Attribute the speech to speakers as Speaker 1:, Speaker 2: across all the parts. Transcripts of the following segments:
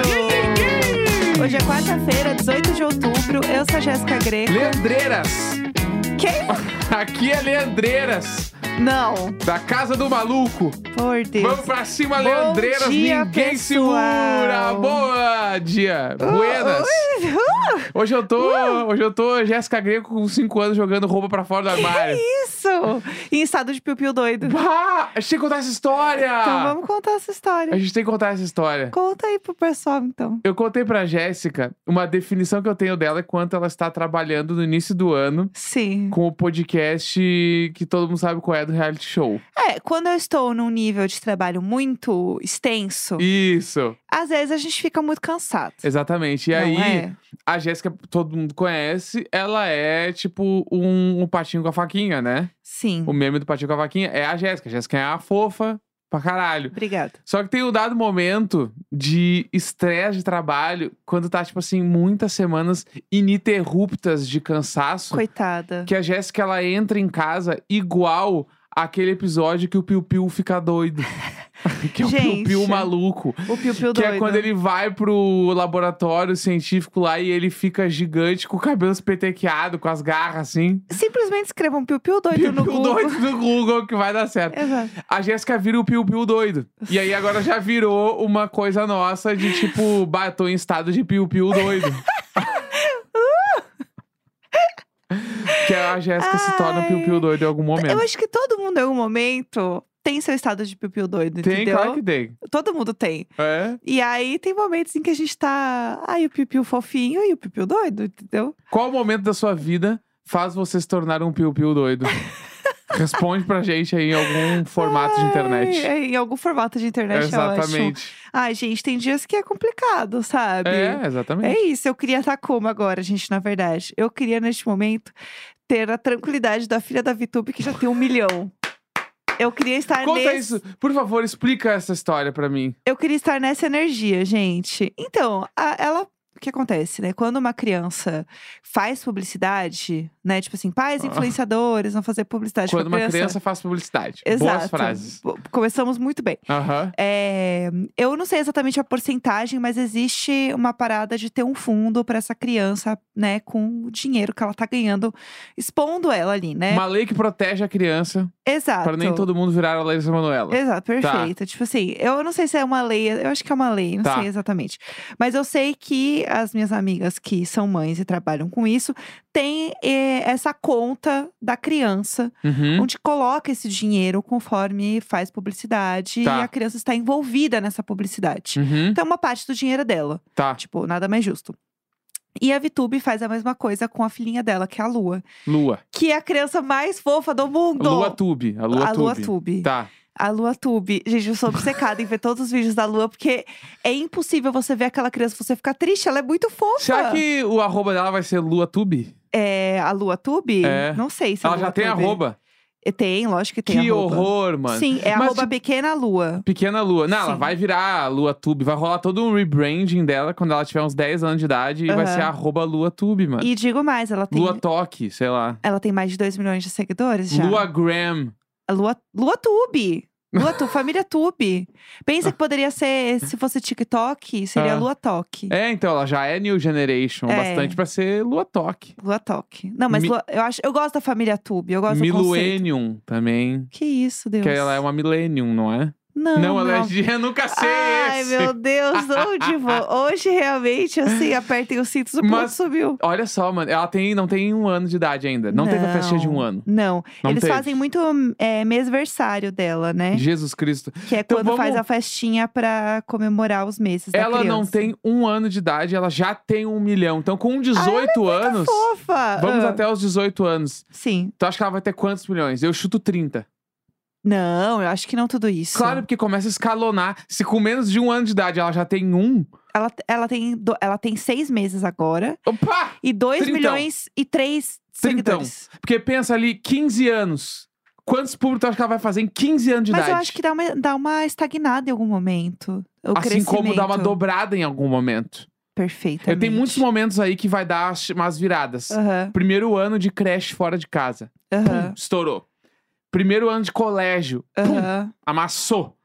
Speaker 1: um cedo! Hoje é quarta-feira, 18 de outubro. Eu sou a Jéssica Greco.
Speaker 2: Leandreiras!
Speaker 1: Quem?
Speaker 2: Aqui é Leandreiras,
Speaker 1: Não,
Speaker 2: da Casa do Maluco.
Speaker 1: por Deus.
Speaker 2: Vamos pra cima,
Speaker 1: Bom
Speaker 2: Leandreiras,
Speaker 1: dia,
Speaker 2: ninguém
Speaker 1: pessoal. Uh,
Speaker 2: segura! Boa dia! Buenas!
Speaker 1: Ui, uh,
Speaker 2: Hoje eu tô, hoje eu tô Jéssica Greco com 5 anos jogando roupa pra fora do armário.
Speaker 1: Isso! Em estado de piu-piu doido.
Speaker 2: Bah, a gente tem que contar essa história!
Speaker 1: Então vamos contar essa
Speaker 2: A
Speaker 1: história.
Speaker 2: gente tem que contar essa história.
Speaker 1: Conta aí pro pessoal, então.
Speaker 2: Eu contei pra Jéssica uma definição que eu tenho dela enquanto ela está trabalhando no início do ano
Speaker 1: Sim.
Speaker 2: com o podcast que todo mundo sabe qual é do reality show.
Speaker 1: É, quando eu estou num nível de trabalho muito extenso,
Speaker 2: Isso,
Speaker 1: às vezes a gente fica muito cansado.
Speaker 2: exatamente. E
Speaker 1: Não
Speaker 2: aí,
Speaker 1: é?
Speaker 2: a Jéssica, todo mundo conhece, ela é tipo um, um patinho com a faquinha, né?
Speaker 1: Sim.
Speaker 2: O meme do patinho com a faquinha é a Jéssica. A Jéssica é a fofa pra caralho.
Speaker 1: Obrigada.
Speaker 2: Só que tem um dado momento de estresse de trabalho, quando tá, tipo assim, muitas semanas ininterruptas de cansaço.
Speaker 1: Coitada.
Speaker 2: que a Jéssica ela entra em casa igual aquele episódio que o Piu Piu fica doido. que é o Piu
Speaker 1: Gente.
Speaker 2: Piu maluco.
Speaker 1: O piu-piu
Speaker 2: Que
Speaker 1: doido.
Speaker 2: é quando ele vai pro laboratório científico lá e ele fica gigante com o cabelo espetequeado, com as garras assim.
Speaker 1: Simplesmente escrevam piu-piu doido
Speaker 2: Piu
Speaker 1: no
Speaker 2: Piu
Speaker 1: Google. É.
Speaker 2: doido no Google que vai dar certo.
Speaker 1: Exato.
Speaker 2: A Jéssica vira o Piu Piu doido. E aí agora já virou uma coisa nossa de tipo, batou em estado de Piu Piu doido. que a Jéssica se torna
Speaker 1: Ai.
Speaker 2: Piu Piu doido em algum momento.
Speaker 1: Eu acho que todo mundo em algum momento tem seu estado de piu-piu doido,
Speaker 2: Tem,
Speaker 1: entendeu?
Speaker 2: claro que tem.
Speaker 1: Todo mundo tem.
Speaker 2: É.
Speaker 1: E aí tem momentos em que a gente tá. Ai, o piu-piu fofinho e o piu-piu doido, entendeu?
Speaker 2: Qual momento da sua vida faz você se tornar um piu-piu doido? Responde pra gente aí em algum formato de
Speaker 1: Ai,
Speaker 2: internet.
Speaker 1: é, em algum formato de internet, eu acho.
Speaker 2: exatamente.
Speaker 1: Ai, gente, tem dias que é complicado, sabe?
Speaker 2: É, exatamente.
Speaker 1: É isso, eu queria estar como agora, gente, na verdade. Eu queria, neste momento, ter a tranquilidade da filha da VTube, que já tem um milhão. Eu queria estar
Speaker 2: Conta
Speaker 1: É, nesse...
Speaker 2: isso, por favor, explica essa história pra mim.
Speaker 1: Eu queria estar nessa energia, gente. Então, a- ela. O que acontece, né? Quando uma criança faz publicidade, né? Tipo assim, pais
Speaker 2: Ah.
Speaker 1: influenciadores vão fazer publicidade
Speaker 2: Quando
Speaker 1: pra
Speaker 2: uma
Speaker 1: criança.
Speaker 2: criança faz publicidade. Boas
Speaker 1: Exato.
Speaker 2: frases.
Speaker 1: Bo- Começamos muito bem.
Speaker 2: Aham.
Speaker 1: É, eu não sei exatamente a porcentagem, mas existe uma parada de ter um fundo pra essa criança, né? Com o dinheiro que ela tá ganhando, expondo ela ali, né?
Speaker 2: Uma lei que protege a criança
Speaker 1: Exato. É.
Speaker 2: pra nem todo mundo Tá. virar a Larissa Manoela.
Speaker 1: Exato, perfeito. Tipo assim, eu não sei se é uma lei, eu acho que é uma lei, não
Speaker 2: Tá.
Speaker 1: sei exatamente. Mas eu sei que as minhas amigas que são mães e trabalham com isso têm eh, essa conta da criança,
Speaker 2: Uhum.
Speaker 1: onde coloca esse dinheiro conforme faz publicidade
Speaker 2: Tá.
Speaker 1: e a criança está envolvida nessa publicidade.
Speaker 2: Uhum.
Speaker 1: Então, uma parte do dinheiro é dela.
Speaker 2: Tá.
Speaker 1: Tipo, nada mais justo. E a Vitube faz a mesma coisa com a filhinha dela, que é a Lua.
Speaker 2: Lua.
Speaker 1: Que é a criança mais fofa do mundo.
Speaker 2: Lua Tube. A Lua
Speaker 1: a Lua
Speaker 2: Tube.
Speaker 1: Tube.
Speaker 2: Tá.
Speaker 1: A Lua Tube. Gente, eu sou obcecada em ver todos os vídeos da Lua, porque é impossível você ver aquela criança e você ficar triste. Ela é muito fofa.
Speaker 2: Será que o arroba dela vai ser Lua Tube?
Speaker 1: É, a Lua Tube?
Speaker 2: É.
Speaker 1: Não sei se é
Speaker 2: Ela
Speaker 1: Lua
Speaker 2: já tem
Speaker 1: Tube.
Speaker 2: arroba.
Speaker 1: É, Tem, lógico que tem
Speaker 2: Que
Speaker 1: arroba.
Speaker 2: horror, mano.
Speaker 1: Sim, é
Speaker 2: Mas,
Speaker 1: arroba
Speaker 2: tipo,
Speaker 1: pequena lua.
Speaker 2: Pequena Lua. Não, ela
Speaker 1: Sim.
Speaker 2: vai virar a Lua Tube. Vai rolar todo um rebranding dela quando ela tiver uns 10 anos de idade. E vai
Speaker 1: Aham.
Speaker 2: ser arroba Lua Tube, mano.
Speaker 1: E digo mais, ela tem,
Speaker 2: Lua Toque, sei lá.
Speaker 1: ela tem mais de 2 milhões de seguidores já.
Speaker 2: Lua Graham.
Speaker 1: A Lua, Lua Tube. Lua Tube, família Tube. Pensa que poderia ser, se fosse TikTok, seria
Speaker 2: Ah.
Speaker 1: Lua Toque.
Speaker 2: É, então, ela já é New Generation.
Speaker 1: É.
Speaker 2: Bastante pra ser Lua Toque.
Speaker 1: Lua Toque. Não, mas
Speaker 2: Mi-
Speaker 1: Lua- eu, acho, eu gosto da família Tube, eu gosto do conceito.
Speaker 2: Millennium também.
Speaker 1: Que isso, Deus.
Speaker 2: Que ela é uma Millennium, não é?
Speaker 1: Não,
Speaker 2: ela é
Speaker 1: não.
Speaker 2: de... Eu nunca sei
Speaker 1: Ai,
Speaker 2: esse.
Speaker 1: meu Deus, onde vou? Hoje, realmente, assim, apertem os cintos, o ponto
Speaker 2: Mas-
Speaker 1: subiu.
Speaker 2: Olha só, mano. Ela tem, não tem um ano de idade ainda. Não, teve a festinha de um
Speaker 1: Não.
Speaker 2: ano.
Speaker 1: Não,
Speaker 2: Não
Speaker 1: eles
Speaker 2: teve.
Speaker 1: fazem muito é, mêsversário dela, né?
Speaker 2: Jesus Cristo.
Speaker 1: Que é
Speaker 2: Então
Speaker 1: quando
Speaker 2: vamos-
Speaker 1: faz a festinha pra comemorar os meses da
Speaker 2: Ela
Speaker 1: criança.
Speaker 2: não tem um ano de idade, ela já tem um milhão. Então, com 18 anos.
Speaker 1: Tá Fofa!
Speaker 2: Vamos
Speaker 1: Ah,
Speaker 2: até os 18 anos.
Speaker 1: Sim.
Speaker 2: Tu acha que ela vai ter quantos milhões? Eu chuto 30.
Speaker 1: Não, eu acho que não tudo isso.
Speaker 2: Claro, porque começa a escalonar. Se com menos de um ano de idade ela já tem um.
Speaker 1: Ela, ela, tem, do- ela tem seis meses agora
Speaker 2: Opa!
Speaker 1: e dois
Speaker 2: Trintão.
Speaker 1: milhões e três
Speaker 2: Trintão.
Speaker 1: seguidores.
Speaker 2: Porque pensa ali, 15 anos. Quantos públicos tu acha que ela vai fazer em 15 anos de
Speaker 1: Mas
Speaker 2: idade?
Speaker 1: eu acho que dá uma, dá uma estagnada em algum momento. O
Speaker 2: Assim como dá uma
Speaker 1: crescimento.
Speaker 2: dobrada em algum momento.
Speaker 1: Perfeitamente.
Speaker 2: Eu tenho muitos momentos aí que vai dar as- umas viradas.
Speaker 1: Aham,
Speaker 2: Primeiro ano de creche fora de casa.
Speaker 1: aham,
Speaker 2: Estourou. Primeiro ano de colégio.
Speaker 1: aham.
Speaker 2: Amassou.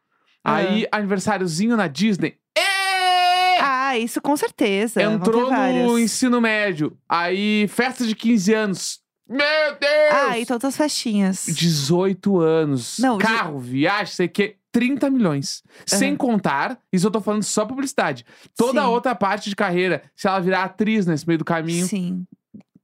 Speaker 1: Ah.
Speaker 2: Aí, aniversáriozinho na Disney. Ê!
Speaker 1: Ah, isso com certeza. Então, Vão ter
Speaker 2: Entrou
Speaker 1: várias.
Speaker 2: no ensino médio. Aí, festa de 15 anos. Meu Deus!
Speaker 1: Ah, e todas as festinhas.
Speaker 2: 18 anos.
Speaker 1: Não, de-
Speaker 2: Carro, viagem, sei o quê. 30 milhões. Sem contar, isso eu tô falando só publicidade. Toda
Speaker 1: Sim.
Speaker 2: outra parte de carreira, se ela virar atriz nesse meio do caminho,
Speaker 1: Sim.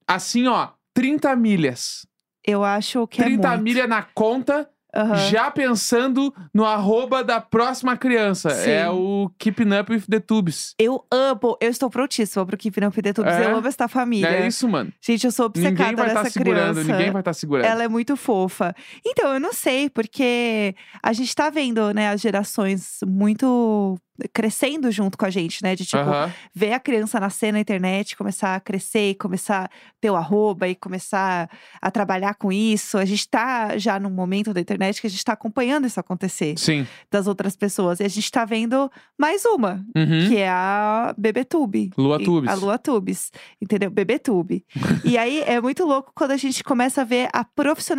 Speaker 2: assim, ó, 30 milhas.
Speaker 1: Eu acho que é
Speaker 2: 30
Speaker 1: muito.
Speaker 2: milhas na conta,
Speaker 1: Aham.
Speaker 2: já pensando no arroba da próxima criança.
Speaker 1: Sim.
Speaker 2: É o Keeping Up with the Tubes.
Speaker 1: Eu amo, eu estou prontíssima pro Keeping Up The Tubes.
Speaker 2: É?
Speaker 1: Eu amo essa família.
Speaker 2: É isso, mano.
Speaker 1: Gente, eu sou
Speaker 2: Ninguém
Speaker 1: obcecada
Speaker 2: vai estar
Speaker 1: nessa
Speaker 2: segurando,
Speaker 1: criança.
Speaker 2: ninguém vai estar segurando.
Speaker 1: Ela é muito fofa. Então, eu não sei, porque a gente tá vendo, né, as gerações muito crescendo junto com a gente, né? De tipo,
Speaker 2: Aham.
Speaker 1: ver a criança nascer na internet, começar a crescer e começar a ter o arroba e começar a trabalhar com isso. A gente tá já num momento da internet que a gente tá acompanhando isso acontecer
Speaker 2: Sim.
Speaker 1: das outras pessoas. E a gente tá vendo mais uma,
Speaker 2: Uhum.
Speaker 1: que é a Bebetube.
Speaker 2: Lua
Speaker 1: E-
Speaker 2: Tubes.
Speaker 1: A Lua Tubes, entendeu? Bebetube. e aí é muito louco quando a gente começa a ver a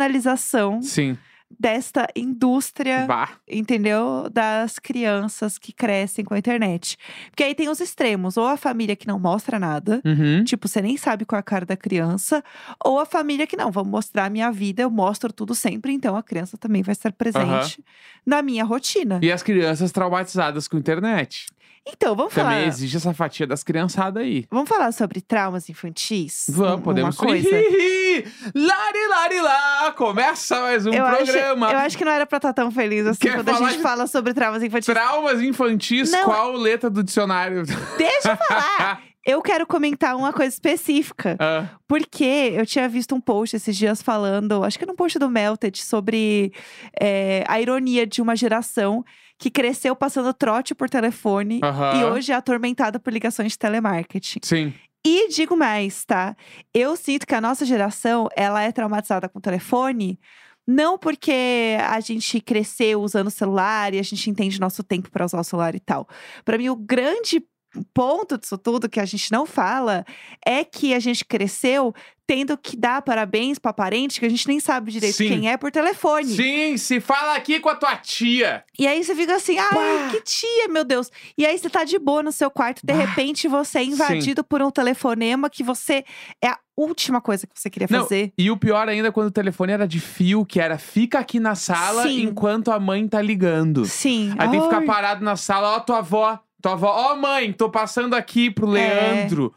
Speaker 1: profissionalização
Speaker 2: Sim.
Speaker 1: desta indústria,
Speaker 2: Bah.
Speaker 1: entendeu? Das crianças que crescem com a internet. Porque aí tem os extremos, ou a família que não mostra nada.
Speaker 2: Uhum.
Speaker 1: Tipo, você nem sabe qual é a cara da criança, ou a família que não, vamos mostrar a minha vida, eu mostro tudo sempre, então a criança também vai estar presente na minha rotina.
Speaker 2: E as crianças traumatizadas com internet.
Speaker 1: Então, vamos
Speaker 2: Também
Speaker 1: falar.
Speaker 2: exige essa fatia das criançadas aí.
Speaker 1: Vamos falar sobre traumas infantis? Um-
Speaker 2: Vamos,
Speaker 1: uma
Speaker 2: podemos.
Speaker 1: coisa.
Speaker 2: Ih, Lari, lari, lá! Começa mais um
Speaker 1: eu
Speaker 2: programa.
Speaker 1: Acho, eu acho que não era pra estar tão feliz assim
Speaker 2: Quer
Speaker 1: quando a
Speaker 2: falar
Speaker 1: gente
Speaker 2: de-
Speaker 1: fala sobre traumas infantis.
Speaker 2: Traumas infantis,
Speaker 1: Não.
Speaker 2: qual letra do dicionário?
Speaker 1: Deixa eu falar! eu quero comentar uma coisa específica.
Speaker 2: Ah,
Speaker 1: Porque eu tinha visto um post esses dias falando, acho que era um post do Melted, sobre é, a ironia de uma geração que cresceu passando trote por telefone
Speaker 2: Aham.
Speaker 1: e hoje é atormentada por ligações de telemarketing.
Speaker 2: Sim.
Speaker 1: E digo mais, tá? Eu sinto que a nossa geração, ela é traumatizada com o telefone. Não porque a gente cresceu usando celular e a gente entende nosso tempo para usar o celular e tal. Para mim, o grande ponto disso tudo que a gente não fala é que a gente cresceu tendo que dar parabéns para parente que a gente nem sabe direito
Speaker 2: Sim.
Speaker 1: quem é por telefone.
Speaker 2: Sim, se fala aqui com a tua tia.
Speaker 1: E aí você fica assim, ai,
Speaker 2: Pá! Ah,
Speaker 1: que tia, meu Deus. E aí você tá de boa no seu quarto, de
Speaker 2: Bah!
Speaker 1: repente você é invadido por um telefonema que você é a última coisa que você queria
Speaker 2: Não,
Speaker 1: fazer.
Speaker 2: E o pior ainda, quando o telefone era de fio, que era fica aqui na sala
Speaker 1: Sim.
Speaker 2: enquanto a mãe tá ligando.
Speaker 1: Sim.
Speaker 2: Aí tem que ficar
Speaker 1: Ai,
Speaker 2: parado na sala, ó, tua avó, tua avó, ó, mãe, tô passando aqui pro
Speaker 1: É.
Speaker 2: Leandro.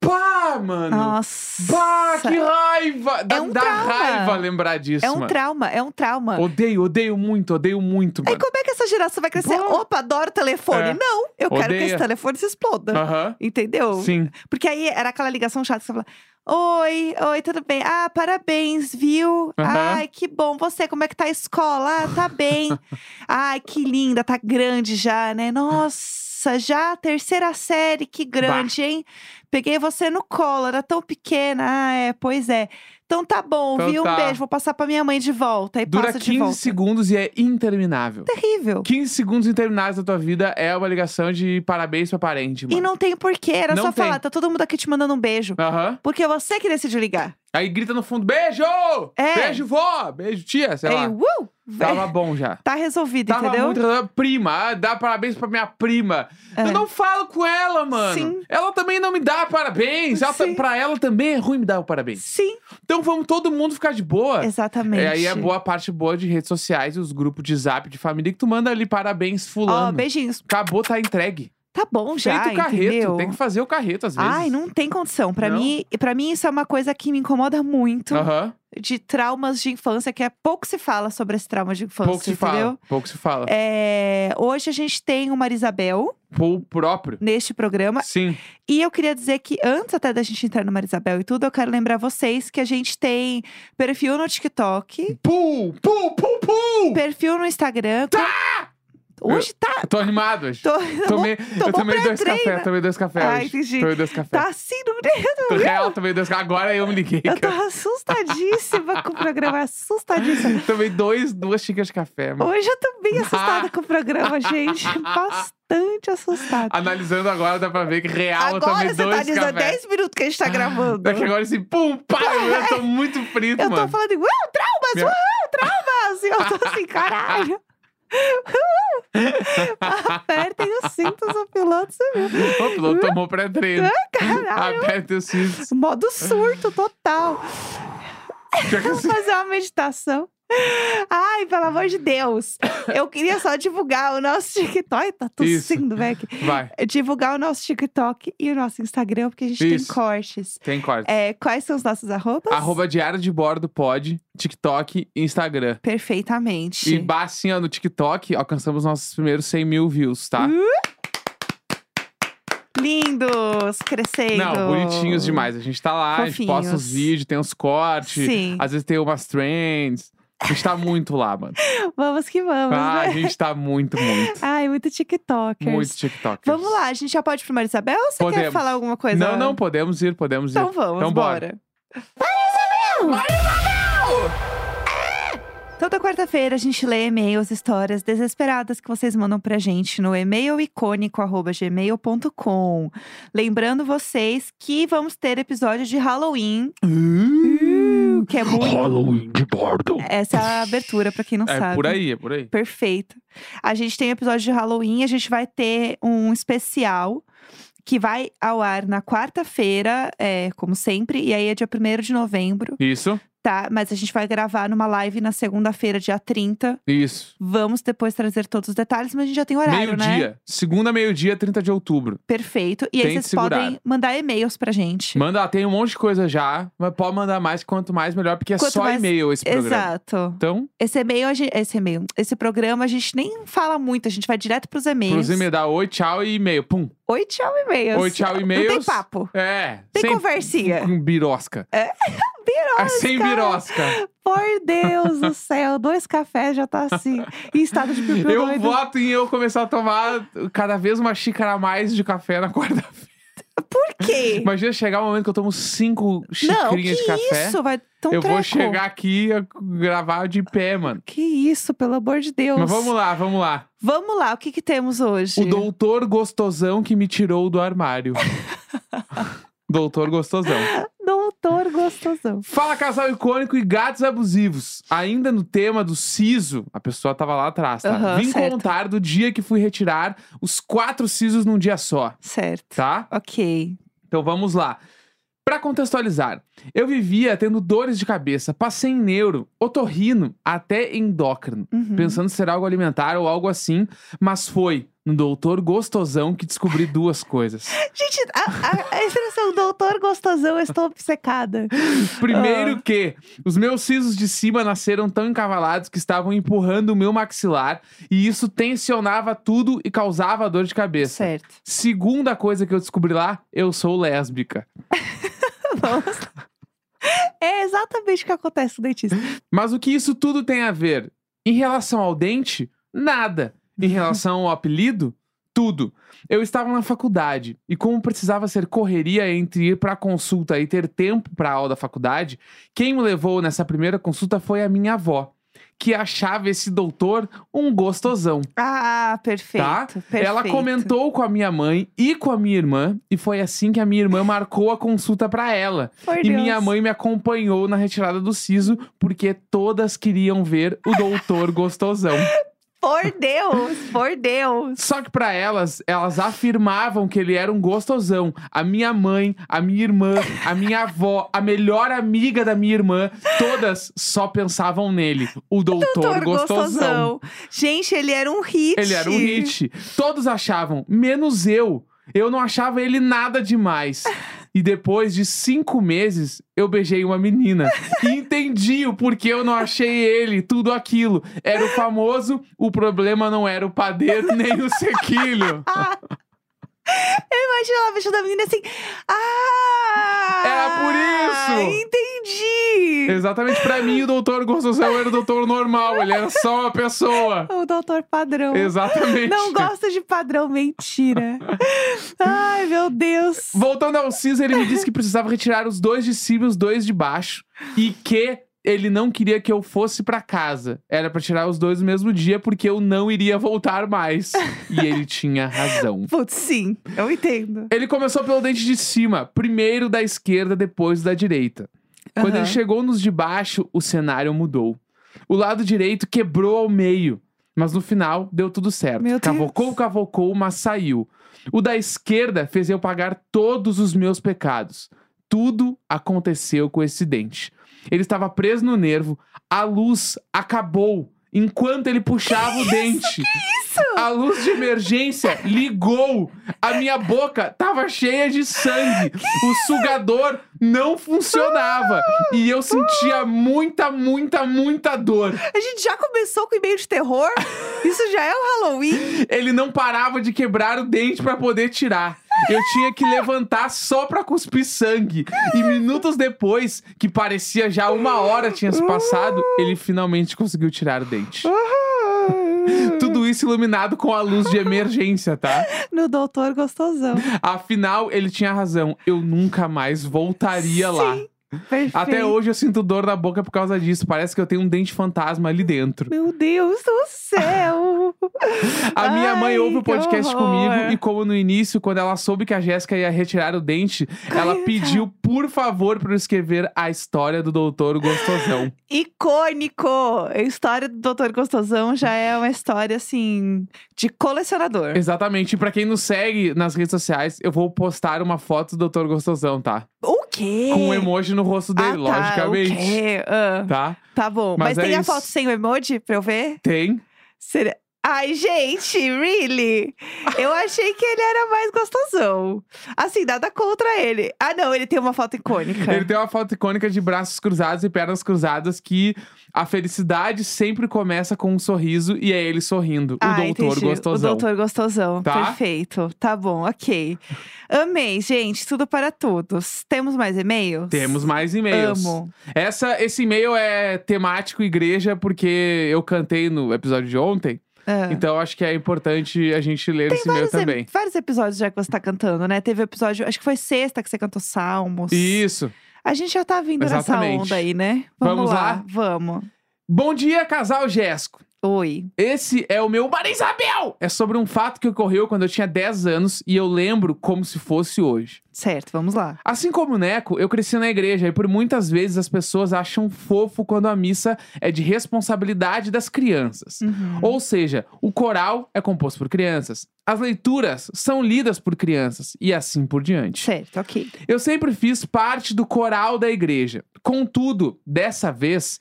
Speaker 2: Pá, mano!
Speaker 1: Nossa.
Speaker 2: Bah, que raiva! Dá,
Speaker 1: É um
Speaker 2: dá
Speaker 1: trauma.
Speaker 2: raiva lembrar disso,
Speaker 1: é um
Speaker 2: mano.
Speaker 1: trauma, é um trauma.
Speaker 2: Odeio, odeio muito, odeio muito,
Speaker 1: Aí
Speaker 2: mano.
Speaker 1: como é que essa geração vai crescer?
Speaker 2: Bah!
Speaker 1: Opa, adoro telefone.
Speaker 2: É.
Speaker 1: Não, eu quero que
Speaker 2: Odeia.
Speaker 1: esse telefone se exploda.
Speaker 2: Aham.
Speaker 1: Entendeu?
Speaker 2: Sim.
Speaker 1: Porque aí era aquela ligação chata que você fala: Oi, oi, tudo bem? Ah, parabéns, viu?
Speaker 2: Aham.
Speaker 1: Ai, que bom. Você, como é que tá a escola? Ah, tá bem. Ai, que linda, tá grande já, né? Nossa, já terceira série, que grande, hein? Peguei você no colo, era tão pequena. Ah, é, pois é. Então tá bom,
Speaker 2: Então
Speaker 1: viu? Um
Speaker 2: tá.
Speaker 1: beijo, vou passar pra minha mãe de volta. Aí
Speaker 2: Dura
Speaker 1: passa de volta.
Speaker 2: 15 segundos e é interminável.
Speaker 1: Terrível.
Speaker 2: 15 segundos intermináveis da tua vida é uma ligação de parabéns pra parente,
Speaker 1: E
Speaker 2: mano.
Speaker 1: não tem porquê, era
Speaker 2: Não
Speaker 1: só
Speaker 2: tem.
Speaker 1: falar: tá todo mundo aqui te mandando um beijo.
Speaker 2: Aham.
Speaker 1: Porque você que decidiu ligar.
Speaker 2: Aí grita no fundo: beijo!
Speaker 1: É.
Speaker 2: Beijo, vó! Beijo, tia, sei
Speaker 1: Ei,
Speaker 2: lá.
Speaker 1: uh,
Speaker 2: Tava bom já.
Speaker 1: Tá resolvido,
Speaker 2: Tava
Speaker 1: entendeu?
Speaker 2: muito. Prima, ah, dá parabéns pra minha prima.
Speaker 1: É.
Speaker 2: Eu não falo com ela, mano.
Speaker 1: Sim.
Speaker 2: Ela também não me dá parabéns. Ela,
Speaker 1: Sim.
Speaker 2: ta- pra ela também é ruim me dar o parabéns.
Speaker 1: Sim,
Speaker 2: Então vamos todo mundo ficar de boa.
Speaker 1: exatamente.
Speaker 2: É, aí é boa parte boa de redes sociais e os grupos de zap de família que tu manda ali parabéns
Speaker 1: Ó,
Speaker 2: fulano.
Speaker 1: beijinhos.
Speaker 2: Acabou, tá entregue.
Speaker 1: Tá bom já,
Speaker 2: Feito o carreto.
Speaker 1: entendeu?
Speaker 2: Tem que fazer o carreto às vezes.
Speaker 1: Ai, não tem condição. Pra
Speaker 2: Não.
Speaker 1: mim, para mim isso é uma coisa que me incomoda muito
Speaker 2: Aham.
Speaker 1: de traumas de infância, que é pouco se fala sobre esse trauma de infância,
Speaker 2: Pouco se
Speaker 1: entendeu?
Speaker 2: fala. Pouco se fala.
Speaker 1: É, hoje a gente tem uma Marisabel
Speaker 2: Pô, o próprio.
Speaker 1: neste programa.
Speaker 2: Sim.
Speaker 1: E eu queria dizer que antes até da gente entrar no Marisabel e tudo, eu quero lembrar vocês que a gente tem perfil no
Speaker 2: Uhum.
Speaker 1: TikTok,
Speaker 2: Pum, pum, pum, pum!
Speaker 1: perfil no Instagram. Tá! Hoje tá.
Speaker 2: Tô animado hoje.
Speaker 1: Tô...
Speaker 2: Tomei,
Speaker 1: tomou
Speaker 2: eu tomei dois
Speaker 1: pré-treino.
Speaker 2: cafés, tomei dois cafés.
Speaker 1: Ai,
Speaker 2: hoje.
Speaker 1: entendi.
Speaker 2: Tomei dois cafés.
Speaker 1: Tá assim no
Speaker 2: Tô real, tomei dois cafés. Agora eu me liguei.
Speaker 1: Eu tô
Speaker 2: cara.
Speaker 1: assustadíssima com o programa, assustadíssima.
Speaker 2: Tomei dois, duas xícaras de café, mano.
Speaker 1: Hoje eu tô bem assustada com o programa, gente. Bastante assustada.
Speaker 2: Analisando agora, dá pra ver que real
Speaker 1: Agora
Speaker 2: eu tomei
Speaker 1: você
Speaker 2: dois
Speaker 1: tá dizendo
Speaker 2: cafés.
Speaker 1: 10 minutos que a gente tá gravando.
Speaker 2: Daqui agora esse pum, pá, eu tô muito frito,
Speaker 1: eu tô
Speaker 2: mano.
Speaker 1: falando, uau, traumas,
Speaker 2: Minha-
Speaker 1: uau, traumas! E eu tô assim, caralho. Apertem os cintos, o piloto se viu.
Speaker 2: O piloto tomou pré-treino.
Speaker 1: Caralho.
Speaker 2: Aperta os cintos.
Speaker 1: Modo surto total.
Speaker 2: Pior que assim,
Speaker 1: Vamos fazer uma meditação. Ai, pelo amor de Deus. Eu queria só divulgar o nosso TikTok. Ai, Tá
Speaker 2: Isso.
Speaker 1: tossindo, Beck.
Speaker 2: Vai,
Speaker 1: Divulgar o nosso TikTok e o nosso Instagram, porque a gente
Speaker 2: Isso.
Speaker 1: tem cortes.
Speaker 2: tem corte.
Speaker 1: É, quais são os nossos arrobas?
Speaker 2: Arroba Diário de Bordo Pod, TikTok e Instagram.
Speaker 1: Perfeitamente.
Speaker 2: E bah, assim, ó, no TikTok, alcançamos nossos primeiros 100 mil views, tá?
Speaker 1: Lindos, crescendo.
Speaker 2: Não, bonitinhos demais. A gente tá lá, a gente posta os
Speaker 1: Fofinhos.
Speaker 2: vídeos, tem uns cortes.
Speaker 1: Sim.
Speaker 2: Às vezes tem umas trends. A gente tá muito lá, mano.
Speaker 1: Vamos que vamos,
Speaker 2: Ah, a
Speaker 1: né?
Speaker 2: gente tá muito, muito.
Speaker 1: Ai, muito TikTokers.
Speaker 2: Muito TikTok.
Speaker 1: Vamos lá, a gente já pode ir pro Maria Isabel ou você quer
Speaker 2: Podemos.
Speaker 1: falar alguma coisa?
Speaker 2: Não, não, podemos ir, podemos
Speaker 1: Então
Speaker 2: ir.
Speaker 1: vamos,
Speaker 2: Então bora.
Speaker 1: bora. Toda quarta-feira a gente lê e-mails, histórias desesperadas que vocês mandam pra gente no e-mailicônico.gmail.com. Lembrando vocês que vamos ter episódio de Halloween, que é muito.
Speaker 2: Halloween de bordo.
Speaker 1: Essa é a abertura, pra quem não
Speaker 2: É
Speaker 1: sabe.
Speaker 2: por aí, é por aí.
Speaker 1: Perfeito. A gente tem episódio de Halloween, a gente vai ter um especial que vai ao ar na quarta-feira, é, como sempre, e aí é dia 1 de novembro,
Speaker 2: Isso,
Speaker 1: tá? Mas a gente vai gravar numa live na segunda-feira, dia 30.
Speaker 2: isso.
Speaker 1: Vamos depois trazer todos os detalhes, mas a gente já tem horário, né?
Speaker 2: Meio-dia. Segunda, meio-dia, 30 de outubro.
Speaker 1: Perfeito. E aí
Speaker 2: Tem que
Speaker 1: vocês
Speaker 2: segurar.
Speaker 1: podem mandar e-mails pra gente.
Speaker 2: Manda, lá, tem um monte de coisa já, mas pode mandar mais, quanto mais melhor, porque é
Speaker 1: Quanto
Speaker 2: só
Speaker 1: mais-
Speaker 2: e-mail esse programa.
Speaker 1: Exato.
Speaker 2: Então,
Speaker 1: Esse e-mail, a gente, esse e-mail, esse programa a gente nem fala muito, a gente vai direto pros e-mails.
Speaker 2: pros e-mail dá oi, tchau e e-mail. Pum.
Speaker 1: Oi, tchau, e-mails.
Speaker 2: Oi, tchau,
Speaker 1: Não tem
Speaker 2: e-mails.
Speaker 1: papo.
Speaker 2: É.
Speaker 1: Tem
Speaker 2: sem
Speaker 1: conversinha.
Speaker 2: com birosca. É, sem birosca.
Speaker 1: Por Deus do céu, dois cafés já tá assim, em estado de pipiu
Speaker 2: Eu
Speaker 1: doido.
Speaker 2: voto em eu começar a tomar cada vez uma xícara a mais de café na quarta-feira.
Speaker 1: Por quê?
Speaker 2: Imagina chegar o momento que eu tomo
Speaker 1: Não,
Speaker 2: cinco
Speaker 1: que
Speaker 2: xicrinhas de café.
Speaker 1: isso? Vai tão
Speaker 2: eu vou
Speaker 1: treco.
Speaker 2: chegar aqui a gravar de pé, mano.
Speaker 1: Que isso, pelo amor de Deus.
Speaker 2: Mas vamos lá, vamos lá.
Speaker 1: Vamos lá, o que que temos hoje?
Speaker 2: O doutor gostosão que me tirou do armário. doutor gostosão.
Speaker 1: Doutor gostosão.
Speaker 2: Fala casal icônico e gatos abusivos. Ainda no tema do siso, a pessoa tava lá atrás, tá?
Speaker 1: Aham,
Speaker 2: Vim
Speaker 1: certo.
Speaker 2: contar do dia que fui retirar os quatro sisos num dia só,
Speaker 1: Certo.
Speaker 2: tá?
Speaker 1: Ok.
Speaker 2: Então vamos lá. Pra contextualizar, eu vivia tendo dores de cabeça, passei em neuro, otorrino, até endócrino,
Speaker 1: Uhum.
Speaker 2: pensando ser algo alimentar ou algo assim, mas foi no doutor gostosão que descobri duas coisas.
Speaker 1: Gente, a, a- a expressão doutor gostosão, eu estou obcecada.
Speaker 2: Primeiro que os meus sisos de cima nasceram tão encavalados que estavam empurrando o meu maxilar e isso tensionava tudo e causava dor de cabeça.
Speaker 1: Certo.
Speaker 2: Segunda coisa que eu descobri lá, eu sou lésbica.
Speaker 1: Vamos lá. tá É exatamente o que acontece com o dentista.
Speaker 2: Mas o que isso tudo tem a ver? Em relação ao dente, nada. Em relação ao apelido, tudo. Eu estava na faculdade e como precisava ser correria entre ir para consulta e ter tempo para aula da faculdade, quem me levou nessa primeira consulta foi a minha avó, que achava esse doutor um gostosão.
Speaker 1: Ah, perfeito.
Speaker 2: Tá?
Speaker 1: perfeito.
Speaker 2: Ela comentou com a minha mãe e com a minha irmã e foi assim que a minha irmã marcou a consulta para ela.
Speaker 1: Por
Speaker 2: E minha
Speaker 1: Deus.
Speaker 2: mãe me acompanhou na retirada do siso porque todas queriam ver o doutor gostosão.
Speaker 1: Por Deus, por Deus.
Speaker 2: Só que pra elas, elas afirmavam que ele era um gostosão. A minha mãe, a minha irmã, a minha avó, a melhor amiga da minha irmã, todas só pensavam nele, o doutor,
Speaker 1: Doutor
Speaker 2: gostosão.
Speaker 1: Gostosão. Gente, ele era um hit.
Speaker 2: Ele era um hit. Todos achavam, menos eu. Eu não achava ele nada demais. E depois de cinco meses, eu beijei uma menina. E entendi o porquê eu não achei ele, tudo aquilo. Era o famoso, o problema não era o padeiro nem o sequilho.
Speaker 1: Imagina Ah. ela vestindo a menina assim. Ah!
Speaker 2: Era por isso!
Speaker 1: Entendi!
Speaker 2: Exatamente pra mim, o doutor Gostosão era o doutor normal. Ele era só uma pessoa.
Speaker 1: O doutor padrão.
Speaker 2: Exatamente.
Speaker 1: Não gosta de padrão, mentira. Ai, meu Deus.
Speaker 2: Voltando ao Cis, ele me disse que precisava retirar os dois de cima e os dois de baixo. E que ele não queria que eu fosse pra casa. Era pra tirar os dois no mesmo dia, porque eu não iria voltar mais. E ele tinha razão.
Speaker 1: Putz, sim, eu entendo.
Speaker 2: Ele começou pelo dente de cima, primeiro da esquerda, depois da direita. Quando
Speaker 1: Aham.
Speaker 2: ele chegou nos de baixo, o cenário mudou. O lado direito quebrou ao meio. Mas no final, deu tudo certo.
Speaker 1: Meu Deus.
Speaker 2: cavocou, cavocou, mas saiu. O da esquerda fez eu pagar todos os meus pecados. Tudo aconteceu com esse dente. Ele estava preso no nervo, a luz acabou enquanto ele puxava o dente. A luz de emergência ligou. A minha boca tava cheia de sangue. o sugador não funcionava. E eu sentia muita, muita, muita dor.
Speaker 1: A gente já começou com e-mail de terror. Isso já é o Halloween.
Speaker 2: Ele não parava de quebrar o dente pra poder tirar. Eu tinha que levantar só pra cuspir sangue. E minutos depois, que parecia já uma hora tinha se passado, ele finalmente conseguiu tirar o dente. Tudo isso iluminado com a luz de emergência, tá?
Speaker 1: No doutor gostosão.
Speaker 2: Afinal, ele tinha razão. Eu nunca mais voltaria lá.
Speaker 1: Perfeito.
Speaker 2: Até hoje eu sinto dor na boca por causa disso. Parece que eu tenho um dente fantasma ali dentro.
Speaker 1: Meu Deus do céu.
Speaker 2: A minha mãe
Speaker 1: Ai,
Speaker 2: ouve o
Speaker 1: que
Speaker 2: podcast
Speaker 1: horror.
Speaker 2: comigo e, como no início, quando ela soube que a Jéssica ia retirar o dente, ela pediu, por favor, pra eu escrever a história do doutor gostosão.
Speaker 1: Icônico. A história do doutor gostosão já é uma história, assim, de colecionador.
Speaker 2: Exatamente. E pra quem nos segue nas redes sociais, eu vou postar uma foto do doutor gostosão, tá?
Speaker 1: O quê?
Speaker 2: Com um emoji no rosto
Speaker 1: ah,
Speaker 2: dele,
Speaker 1: tá, O
Speaker 2: logicamente.
Speaker 1: quê? Ah,
Speaker 2: Tá?
Speaker 1: tá bom.
Speaker 2: Mas
Speaker 1: Mas,
Speaker 2: é
Speaker 1: tem a
Speaker 2: isso.
Speaker 1: foto sem o emoji pra eu ver?
Speaker 2: Tem.
Speaker 1: Será- Ai, gente, really? Eu achei que ele era mais gostosão. Assim, nada contra ele. Ah, não, ele tem uma foto icônica.
Speaker 2: Ele tem uma foto icônica de braços cruzados e pernas cruzadas que a felicidade sempre começa com um sorriso e é ele sorrindo.
Speaker 1: Ah,
Speaker 2: o doutor
Speaker 1: entendi.
Speaker 2: gostosão.
Speaker 1: O doutor gostosão.
Speaker 2: Tá?
Speaker 1: Perfeito. Tá bom, ok. Amei, gente. Tudo para todos. Temos mais e-mails?
Speaker 2: Temos mais e-mails.
Speaker 1: Amo.
Speaker 2: Essa, esse e-mail é temático igreja porque eu cantei no episódio de ontem.
Speaker 1: Ah.
Speaker 2: Então acho que é importante a gente ler esse e-mail
Speaker 1: Vários, e-
Speaker 2: também.
Speaker 1: vários episódios já que você tá cantando, né? Teve episódio, acho que foi sexta que você cantou Salmos.
Speaker 2: Isso.
Speaker 1: A gente já tá vindo
Speaker 2: Exatamente.
Speaker 1: nessa onda aí, né?
Speaker 2: Vamos lá?
Speaker 1: Vamos.
Speaker 2: Bom dia, casal Jéssico.
Speaker 1: Oi.
Speaker 2: Esse é o meu Maria Isabel! É sobre um fato que ocorreu quando eu tinha 10 anos e eu lembro como se fosse hoje.
Speaker 1: Certo, vamos lá.
Speaker 2: Assim como o Neco, eu cresci na igreja e por muitas vezes as pessoas acham fofo quando a missa é de responsabilidade das crianças.
Speaker 1: Uhum.
Speaker 2: Ou seja, o coral é composto por crianças, as leituras são lidas por crianças e assim por diante.
Speaker 1: Certo, ok.
Speaker 2: Eu sempre fiz parte do coral da igreja. Contudo, dessa vez,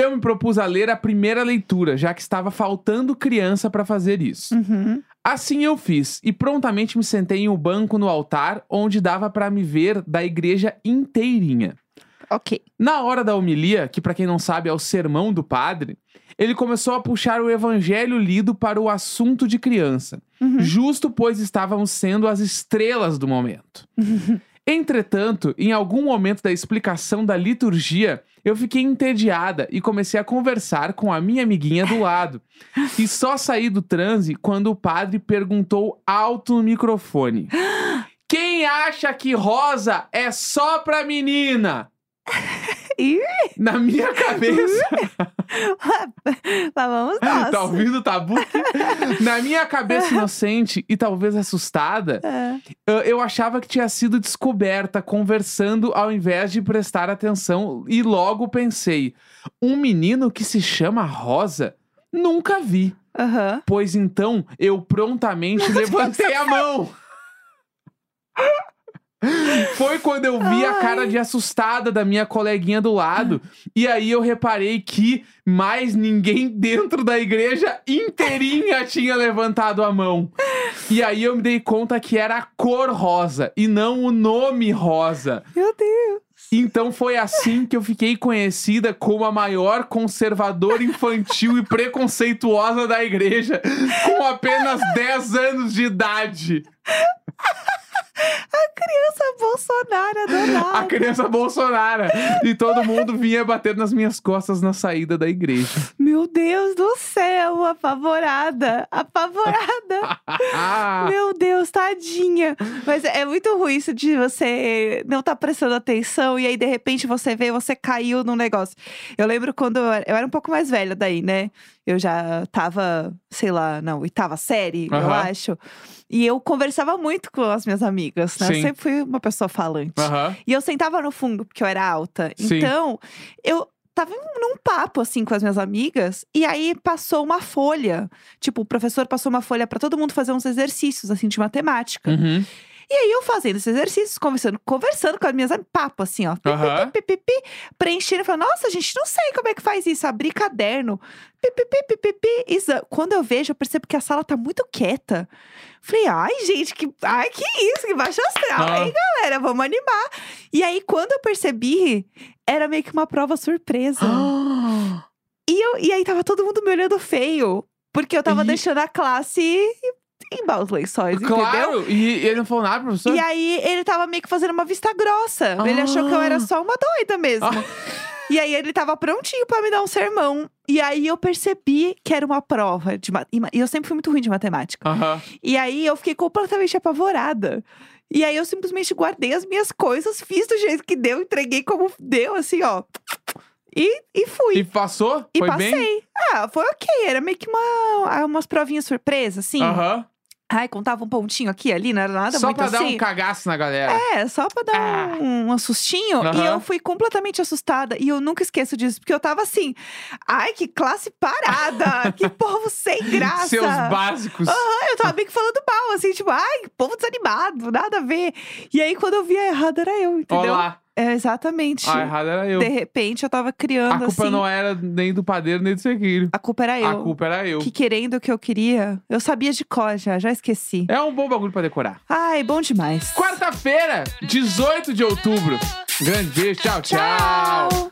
Speaker 2: eu me propus a ler a primeira leitura, já que estava faltando criança para fazer isso.
Speaker 1: Uhum.
Speaker 2: Assim eu fiz e prontamente me sentei em um banco no altar onde dava para me ver da igreja inteirinha.
Speaker 1: Ok.
Speaker 2: Na hora da homilia, que pra quem não sabe é o sermão do padre, ele começou a puxar o evangelho lido para o assunto de criança,
Speaker 1: Uhum.
Speaker 2: justo pois estávamos sendo as estrelas do momento. Entretanto, em algum momento da explicação da liturgia, eu fiquei entediada e comecei a conversar com a minha amiguinha do lado. E só saí do transe quando o padre perguntou alto no microfone: Quem acha que rosa é só pra menina?
Speaker 1: Ih.
Speaker 2: Na minha cabeça.
Speaker 1: Lá vamos nós.
Speaker 2: Tá ouvindo o tabu? Na minha cabeça inocente e talvez assustada,
Speaker 1: É.
Speaker 2: eu- eu achava que tinha sido descoberta conversando ao invés de prestar atenção e logo pensei: um menino que se chama Rosa? Nunca vi.
Speaker 1: Aham.
Speaker 2: Pois então eu prontamente levantei a mão. Foi quando eu vi a cara de assustada da minha coleguinha do lado. E aí eu reparei que mais ninguém dentro da igreja inteirinha tinha levantado a mão. E aí eu me dei conta que era a cor rosa e não o nome rosa.
Speaker 1: Meu Deus.
Speaker 2: Então foi assim que eu fiquei conhecida como a maior conservadora infantil e preconceituosa da igreja, com apenas 10 anos de idade.
Speaker 1: Criança Bolsonaro
Speaker 2: A
Speaker 1: danada.
Speaker 2: criança Bolsonara. E todo mundo vinha bater nas minhas costas na saída da igreja.
Speaker 1: Meu Deus do céu, apavorada. Apavorada.
Speaker 2: Ah,
Speaker 1: Meu Deus, tadinha. Mas é é muito ruim isso de você não tá prestando atenção e aí de repente você vê, você caiu num negócio. Eu lembro quando eu era, eu era um pouco mais velha daí, né? Eu já tava, sei lá, na oitava série, eu
Speaker 2: Aham.
Speaker 1: acho. E eu conversava muito com as minhas amigas, né?
Speaker 2: Sim.
Speaker 1: Eu sempre fui uma pessoa falante.
Speaker 2: Aham.
Speaker 1: E eu sentava no fundo, porque eu era alta.
Speaker 2: Sim.
Speaker 1: Então, eu tava em- num papo, assim, com as minhas amigas, e aí passou uma folha. Tipo, o professor passou uma folha pra todo mundo fazer uns exercícios, assim, de matemática.
Speaker 2: Uhum.
Speaker 1: E aí eu fazendo esses exercícios, conversando, conversando com as minhas amigas, papo, assim, ó. Pi, pi,
Speaker 2: Aham.
Speaker 1: pi, pi, pi, preenchendo, falando, nossa, gente, não sei como é que faz isso. Abri caderno, pi, pi, pi, pi, pi, pi, exa- Quando eu vejo, eu percebo que a sala tá muito quieta. Falei, ai, gente, que, ai, que isso, que baixa astral,
Speaker 2: Ah.
Speaker 1: hein, galera, vamos animar. E aí, quando eu percebi, era meio que uma prova surpresa.
Speaker 2: Ah,
Speaker 1: E, eu- e aí tava todo mundo me olhando feio, porque eu tava
Speaker 2: Ih.
Speaker 1: deixando a classe embalar os lençóis, entendeu?
Speaker 2: claro! E ele não falou nada, professor?
Speaker 1: E aí ele tava meio que fazendo uma vista grossa. Ele achou que eu
Speaker 2: Ah.
Speaker 1: era só uma doida mesmo. E aí ele tava prontinho pra me dar um sermão. E aí eu percebi que era uma prova de ma- e ma- e eu sempre fui muito ruim de matemática.
Speaker 2: Aham.
Speaker 1: E aí eu fiquei completamente apavorada. E aí eu simplesmente guardei as minhas coisas, fiz do jeito que deu, entreguei como deu, assim, ó. E, e fui.
Speaker 2: E passou?
Speaker 1: E
Speaker 2: Foi
Speaker 1: passei.
Speaker 2: bem?
Speaker 1: Ah, foi ok. Era meio que uma, umas provinhas surpresa, assim.
Speaker 2: Aham.
Speaker 1: Ai, contava um pontinho aqui e ali, não era nada
Speaker 2: Só
Speaker 1: muito
Speaker 2: pra dar
Speaker 1: assim.
Speaker 2: um cagaço na galera.
Speaker 1: É, só pra dar
Speaker 2: Ah.
Speaker 1: um, um sustinho.
Speaker 2: Aham.
Speaker 1: E eu fui completamente assustada. E eu nunca esqueço disso, porque eu tava assim. Ai, que classe parada! que povo sem graça!
Speaker 2: Seus básicos.
Speaker 1: Aham, eu tava meio que falando mal, assim, tipo, ai, que povo desanimado, nada a ver. E aí, quando eu via errado, era eu, entendeu?
Speaker 2: Olá.
Speaker 1: É, exatamente.
Speaker 2: A errada era eu.
Speaker 1: De repente, eu tava criando,
Speaker 2: A culpa
Speaker 1: assim.
Speaker 2: não era nem do padeiro, nem do sequeiro.
Speaker 1: A culpa era eu.
Speaker 2: A culpa era eu.
Speaker 1: Que querendo o que eu queria, eu sabia de cor já, já esqueci.
Speaker 2: É um bom bagulho pra decorar.
Speaker 1: Ai, bom demais.
Speaker 2: Quarta-feira, 18 de outubro. Grande beijo, tchau. tchau.
Speaker 1: Tchau.